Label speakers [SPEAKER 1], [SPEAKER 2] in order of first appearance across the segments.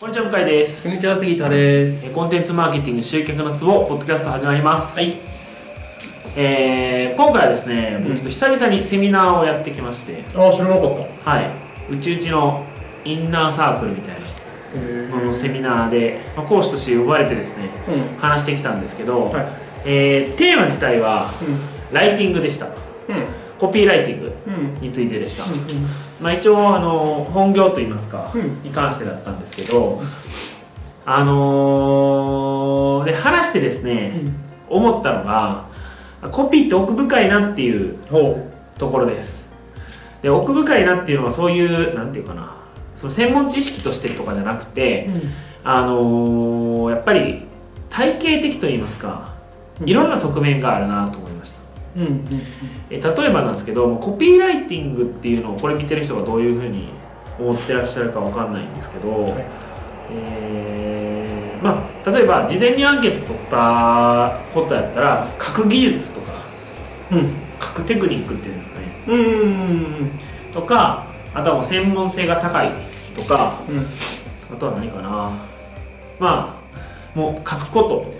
[SPEAKER 1] こんにちは向井です
[SPEAKER 2] こんにちは杉田です
[SPEAKER 1] えーコンテンツマーケティング集客のツボポッドキャスト始まります、
[SPEAKER 2] はい
[SPEAKER 1] えー今回はですね
[SPEAKER 2] う
[SPEAKER 1] 僕
[SPEAKER 2] ん
[SPEAKER 1] ちょっと久々にセミナーをやってきまして、
[SPEAKER 2] ああ知らなかった
[SPEAKER 1] は
[SPEAKER 2] へ
[SPEAKER 1] い内々のインナーサークルみたい
[SPEAKER 2] え
[SPEAKER 1] なののセミナーで、まあ、講師として呼ばれてですね
[SPEAKER 2] うん
[SPEAKER 1] 話してきたんですけど、
[SPEAKER 2] はい
[SPEAKER 1] えーテーマ自体は
[SPEAKER 2] う
[SPEAKER 1] ライティングでした
[SPEAKER 2] んうん
[SPEAKER 1] コピーライティング
[SPEAKER 2] うん
[SPEAKER 1] についてでした、
[SPEAKER 2] う
[SPEAKER 1] まあ、一応あの本業といいますか、
[SPEAKER 2] うん
[SPEAKER 1] に関してだったんですけどあのーで話してですね
[SPEAKER 2] ん
[SPEAKER 1] 思ったのがコピーって奥深いなっていう
[SPEAKER 2] ほ
[SPEAKER 1] ところですで奥深いなっていうのはそういうなんていうかなその専門知識としてとかじゃなく
[SPEAKER 2] う
[SPEAKER 1] て、
[SPEAKER 2] ん
[SPEAKER 1] あのーやっぱり体系的といいますかいろんな側面があるなと思いました
[SPEAKER 2] うんうん
[SPEAKER 1] えー例えばなんですけどコピーライティングっていうのをこれ見てる人がどういうふうに思ってらっしゃるかわかんないんですけど、
[SPEAKER 2] はい
[SPEAKER 1] えーまあ、例えば事前にアンケート取ったことやったら書く技術とか
[SPEAKER 2] うん
[SPEAKER 1] 書くテクニックっていうんですかね
[SPEAKER 2] うんうん
[SPEAKER 1] とかあとはもう専門性が高いとか
[SPEAKER 2] うん
[SPEAKER 1] あとは何かなまあもう書くことみた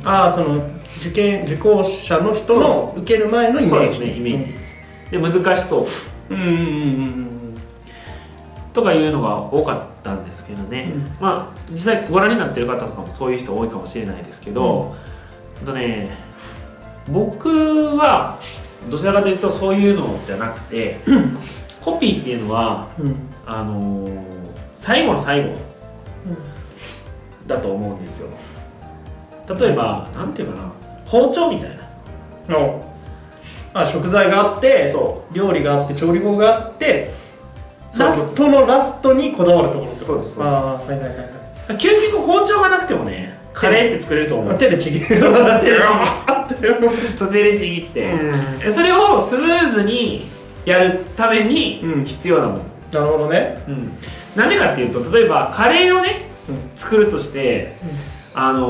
[SPEAKER 1] いな
[SPEAKER 2] ああその受験受講者の人
[SPEAKER 1] そうそう
[SPEAKER 2] の受ける前のイメージ
[SPEAKER 1] そうですねイメージ、で難しそう
[SPEAKER 2] うんうんうん
[SPEAKER 1] とかいうのが多かったんですけどね、
[SPEAKER 2] うん
[SPEAKER 1] まあ実際ご覧になってる方とかもそういう人多いかもしれないですけど、あとね僕はどちらかというとそういうのじゃなくて、コピーっていうのは
[SPEAKER 2] うんうん
[SPEAKER 1] あのー最後の最後だと思うんですよ例えば何ていうかな包丁みたいな
[SPEAKER 2] のあ食材があって
[SPEAKER 1] そ
[SPEAKER 2] 料理があって調理法があって
[SPEAKER 1] そう
[SPEAKER 2] ラストのラストにこだわるところってこと
[SPEAKER 1] そうですそうです
[SPEAKER 2] ああーはいはいはいは
[SPEAKER 1] 究極包丁がなくてもねカレーって作れると思う
[SPEAKER 2] い手でちぎる手でちぎる
[SPEAKER 1] そう手でちぎって、
[SPEAKER 2] うん
[SPEAKER 1] えそれをスムーズにやるために
[SPEAKER 2] うん
[SPEAKER 1] 必要なもの、
[SPEAKER 2] なるほどね
[SPEAKER 1] うんなんでかっていうと例えばカレーをね
[SPEAKER 2] うん
[SPEAKER 1] 作るとして、あの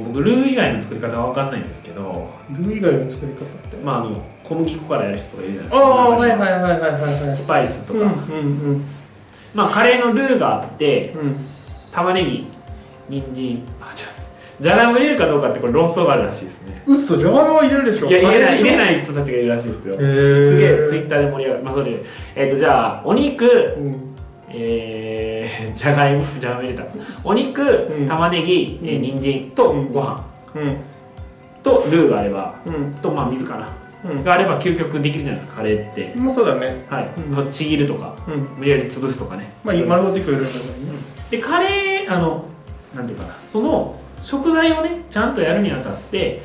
[SPEAKER 1] ー、僕ルー以外の作り方は分かんないんですけど、
[SPEAKER 2] ルー以外の作り方って
[SPEAKER 1] まあ、あの小麦粉からやる人とかいるじゃないです
[SPEAKER 2] あ
[SPEAKER 1] か
[SPEAKER 2] あはいはい
[SPEAKER 1] い、
[SPEAKER 2] はいはいはいはい
[SPEAKER 1] スパイスと
[SPEAKER 2] うん
[SPEAKER 1] か、
[SPEAKER 2] うんうん
[SPEAKER 1] まあ、カレーのルーがあって
[SPEAKER 2] うん
[SPEAKER 1] 玉ねぎ人参あちょじゃがいも入れるかどうかってこれ論争があるらしいですね
[SPEAKER 2] うっそじゃがいもは入れるでしょ
[SPEAKER 1] いや入れない
[SPEAKER 2] カ
[SPEAKER 1] 入れ
[SPEAKER 2] レーでしょ
[SPEAKER 1] ない人たちがいるらしいですよ
[SPEAKER 2] へー
[SPEAKER 1] すげえツイッターで盛り上がるまあそれえっ、とじゃあお肉
[SPEAKER 2] うん
[SPEAKER 1] えー、 じゃがいもじゃがいも入れたお肉、
[SPEAKER 2] ん
[SPEAKER 1] 玉ねぎ、えー、
[SPEAKER 2] うん
[SPEAKER 1] 人参と
[SPEAKER 2] うん
[SPEAKER 1] ご飯
[SPEAKER 2] うん
[SPEAKER 1] とルーがあれば
[SPEAKER 2] うん
[SPEAKER 1] とまあ水かな、
[SPEAKER 2] うん
[SPEAKER 1] があれば究極できるじゃないですかカレーって、
[SPEAKER 2] まあそうだね
[SPEAKER 1] はい、
[SPEAKER 2] う
[SPEAKER 1] ちぎるとか
[SPEAKER 2] うん
[SPEAKER 1] 無理やり潰すとかね
[SPEAKER 2] まあ丸ごといくれるんだけどね
[SPEAKER 1] でカレーあのなんていうかなその食材をねちゃんとやるにあたって、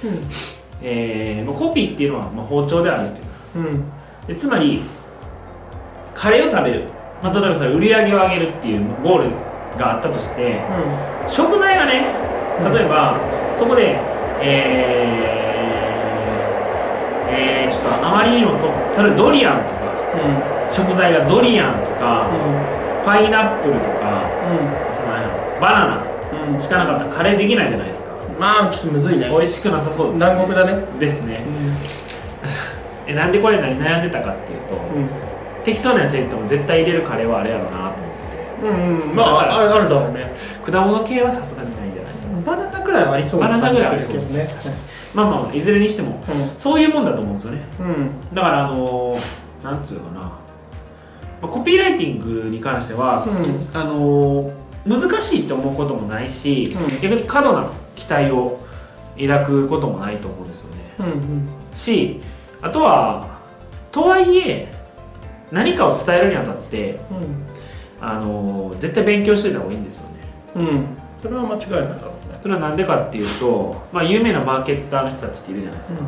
[SPEAKER 1] えーまあ、コピーっていうのは、まあ、包丁であるっていう
[SPEAKER 2] うんうん
[SPEAKER 1] でつまりカレーを食べる、まあ、例えばそれ売り上げを上げるっていうゴールがあったとして食材がね例えばそこでえーえーちょっとあまりにもと例えばドリアンとか食材がドリアンとかパイナップルとかそのバ
[SPEAKER 2] うんうん
[SPEAKER 1] ナナしかなかったらカレーできないじゃないですか
[SPEAKER 2] うんまあちょっとむずいね
[SPEAKER 1] 美味しくなさそうです
[SPEAKER 2] 南国だね
[SPEAKER 1] です
[SPEAKER 2] う
[SPEAKER 1] ね
[SPEAKER 2] ん
[SPEAKER 1] えなんでこれ何悩んでたかっていうと、
[SPEAKER 2] うん
[SPEAKER 1] 適当なやつ入れても絶対入れるカレーはあれやろうなと思って
[SPEAKER 2] うんうんまあああるだろうね
[SPEAKER 1] 果物系はさすがにないんじゃない
[SPEAKER 2] バナナくらいはありそう
[SPEAKER 1] バ
[SPEAKER 2] な
[SPEAKER 1] ナナ
[SPEAKER 2] 感
[SPEAKER 1] ぐ
[SPEAKER 2] じ
[SPEAKER 1] らいあり
[SPEAKER 2] す
[SPEAKER 1] そう
[SPEAKER 2] る
[SPEAKER 1] で
[SPEAKER 2] け
[SPEAKER 1] すね確か
[SPEAKER 2] どね
[SPEAKER 1] にまあまあまあいずれにしてもそういうもんだと思うんですよね
[SPEAKER 2] うんうん
[SPEAKER 1] だからあのー、なんつうのかな、まあ、コピーライティングに関しては、
[SPEAKER 2] うん
[SPEAKER 1] あのー難しいと思うこともないし、
[SPEAKER 2] うん
[SPEAKER 1] 逆に過度な期待を抱くこともないと思うんですよね
[SPEAKER 2] うんうん
[SPEAKER 1] しあとはとはいえ何かを伝えるにあたって、あのー絶対勉強していた方がいいんですよね
[SPEAKER 2] うんうんそれは間違いないだろうね
[SPEAKER 1] それは何でかっていうと、まあ、有名なマーケッターの人たちっているじゃないですか、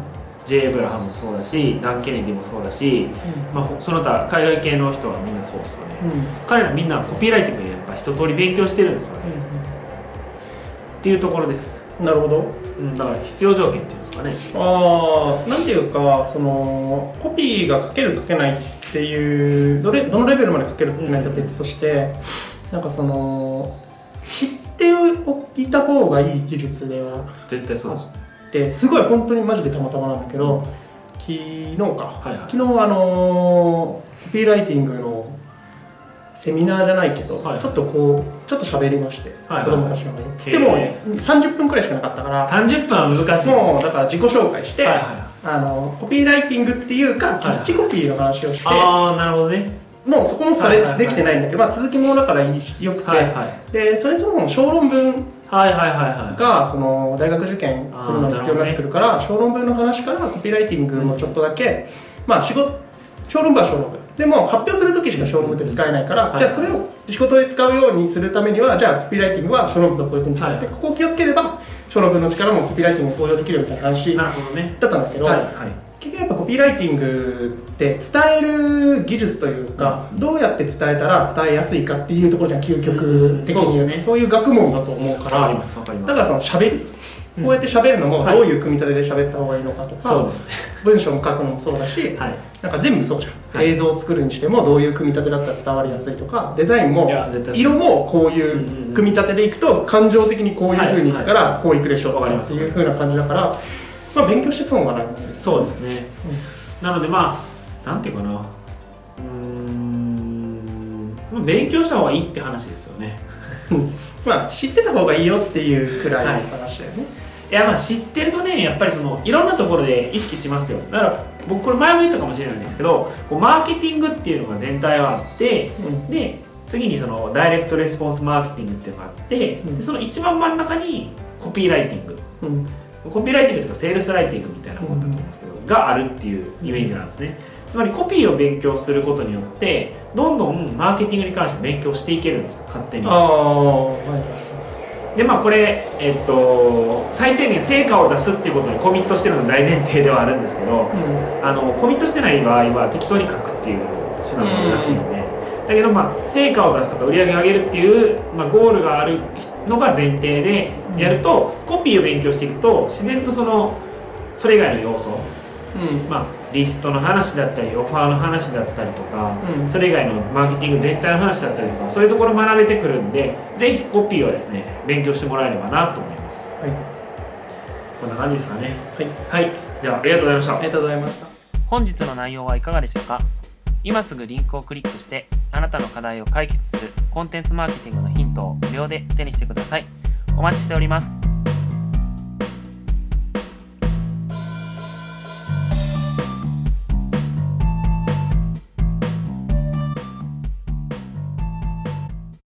[SPEAKER 1] ジェイ・エイブラハムもそうだしダン・ケネディもそうだし、まあ、ほその他海外系の人はみんなそうですよね
[SPEAKER 2] うんうん
[SPEAKER 1] 彼らみんなコピーライティングでやっぱ一通り勉強してるんですよねっていうところです、
[SPEAKER 2] なるほど
[SPEAKER 1] うん、だから必要条件っていうんですかね
[SPEAKER 2] ああなんていうかそのコピーが書ける書けないっていうどれどのレベルまで書ける書けないと別として、なんかその知っておいた方がいい技術では
[SPEAKER 1] 絶対そうです
[SPEAKER 2] ってすごい本当にマジでたまたまなんだけど、昨日か、
[SPEAKER 1] はいはい
[SPEAKER 2] 昨日あのーコピーライティングのセミナーじゃないけど、
[SPEAKER 1] はい
[SPEAKER 2] ちょっとこうちょっと喋りまして、
[SPEAKER 1] はいはい
[SPEAKER 2] 子供たちの前につっても、
[SPEAKER 1] へ
[SPEAKER 2] 30分くらいしかなかったから
[SPEAKER 1] 30分は難しいですね
[SPEAKER 2] もうだから自己紹介して、
[SPEAKER 1] はいはい
[SPEAKER 2] あのコピーライティングっていうかキャッチコピーの話をして、
[SPEAKER 1] ああなるほどね
[SPEAKER 2] もうそこもさ
[SPEAKER 1] はい
[SPEAKER 2] れ、
[SPEAKER 1] はいはい
[SPEAKER 2] できてないんだけど、まあ、続きものだからいいしよくて、
[SPEAKER 1] はいはい
[SPEAKER 2] でそれそもそも小論文
[SPEAKER 1] はいはいはいは
[SPEAKER 2] がその大学受験するのに必要になってくるから小論文の話からコピーライティングもちょっとだけ、まあ仕事小論文は小論文でも発表する時しか小論文って使えないから、
[SPEAKER 1] はい
[SPEAKER 2] じゃあそれを仕事で使うようにするためにはじゃあコピーライティングは小論文とこういうふうに違って、
[SPEAKER 1] は
[SPEAKER 2] ここを気をつければ小論文の力もコピーライティングに応用できるみたいない話だ
[SPEAKER 1] なるほどね
[SPEAKER 2] ったんだけど、
[SPEAKER 1] はいはい
[SPEAKER 2] 結局やっぱコピーライティングって伝える技術というか、どうやって伝えたら伝えやすいかっていうところじゃん究極
[SPEAKER 1] うん
[SPEAKER 2] 的に言うと、
[SPEAKER 1] そう
[SPEAKER 2] そう
[SPEAKER 1] ですね
[SPEAKER 2] いう学問だと思う
[SPEAKER 1] わ
[SPEAKER 2] か
[SPEAKER 1] からりますわかります
[SPEAKER 2] だからその喋り
[SPEAKER 1] うん
[SPEAKER 2] こうやって喋るのも
[SPEAKER 1] はい
[SPEAKER 2] どういう組み立てで喋った方がいいのかとか、
[SPEAKER 1] そうですね
[SPEAKER 2] 文章も書くのもそうだし
[SPEAKER 1] はい
[SPEAKER 2] なんか全部そうじゃん、
[SPEAKER 1] はい
[SPEAKER 2] 映像を作るにしてもどういう組み立てだったら伝わりやすいとかデザインも
[SPEAKER 1] いや絶対
[SPEAKER 2] 色も
[SPEAKER 1] う
[SPEAKER 2] こう
[SPEAKER 1] んうんう
[SPEAKER 2] い
[SPEAKER 1] ん
[SPEAKER 2] う組み立てでいくと感情的にこういう風にいくからこういくでしょう
[SPEAKER 1] わかりま
[SPEAKER 2] っ
[SPEAKER 1] す
[SPEAKER 2] ていう風な感じだから、まあ、勉強して損はないんです
[SPEAKER 1] そうですね、なのでまあなんていうかなうーんまあ勉強した方がいいって話ですよね
[SPEAKER 2] まあ知ってた方がいいよっていうくらいの話だよね、
[SPEAKER 1] いやまあ知ってるとねやっぱりそのいろんなところで意識しますよだから僕これ前も言ったかもしれないんですけどこうマーケティングっていうのが全体はあって
[SPEAKER 2] うん
[SPEAKER 1] で次にそのダイレクトレスポンスマーケティングっていうのがあって
[SPEAKER 2] うん
[SPEAKER 1] でその一番真ん中にコピーライティング
[SPEAKER 2] うん
[SPEAKER 1] コピーライティングとかセールスライティングみたいなもんだと思うんですけど、があるっていうイメージなんですねつまりコピーを勉強することによってどんどんマーケティングに関して勉強していけるんですよ勝手に
[SPEAKER 2] ああはい
[SPEAKER 1] でまあこれえっと最低限成果を出すっていうことにコミットしてるのが大前提ではあるんですけど
[SPEAKER 2] うん
[SPEAKER 1] あのコミットしてない場合は適当に書くっていう手段もあるらしいんで、だけどまあ成果を出すとか売り上げを上げるっていう、まあ、ゴールがあるのが前提でやると、コピーを勉強していくと自然とそのそれ以外の要素、
[SPEAKER 2] うん
[SPEAKER 1] まあ、リストの話だったりオファーの話だったりとか、
[SPEAKER 2] うん
[SPEAKER 1] それ以外のマーケティング全体の話だったりとかそういうところ学べてくるんでぜひコピーはですね勉強してもらえればなと思います
[SPEAKER 2] はい、
[SPEAKER 1] こんな感じですかね
[SPEAKER 2] はい、
[SPEAKER 1] はいじゃあありがとうございました
[SPEAKER 2] ありがとうございました
[SPEAKER 3] 本日の内容はいかがでしたか今すぐリンクをクリックしてあなたの課題を解決するコンテンツマーケティングのヒントを無料で手にしてくださいお待ちしております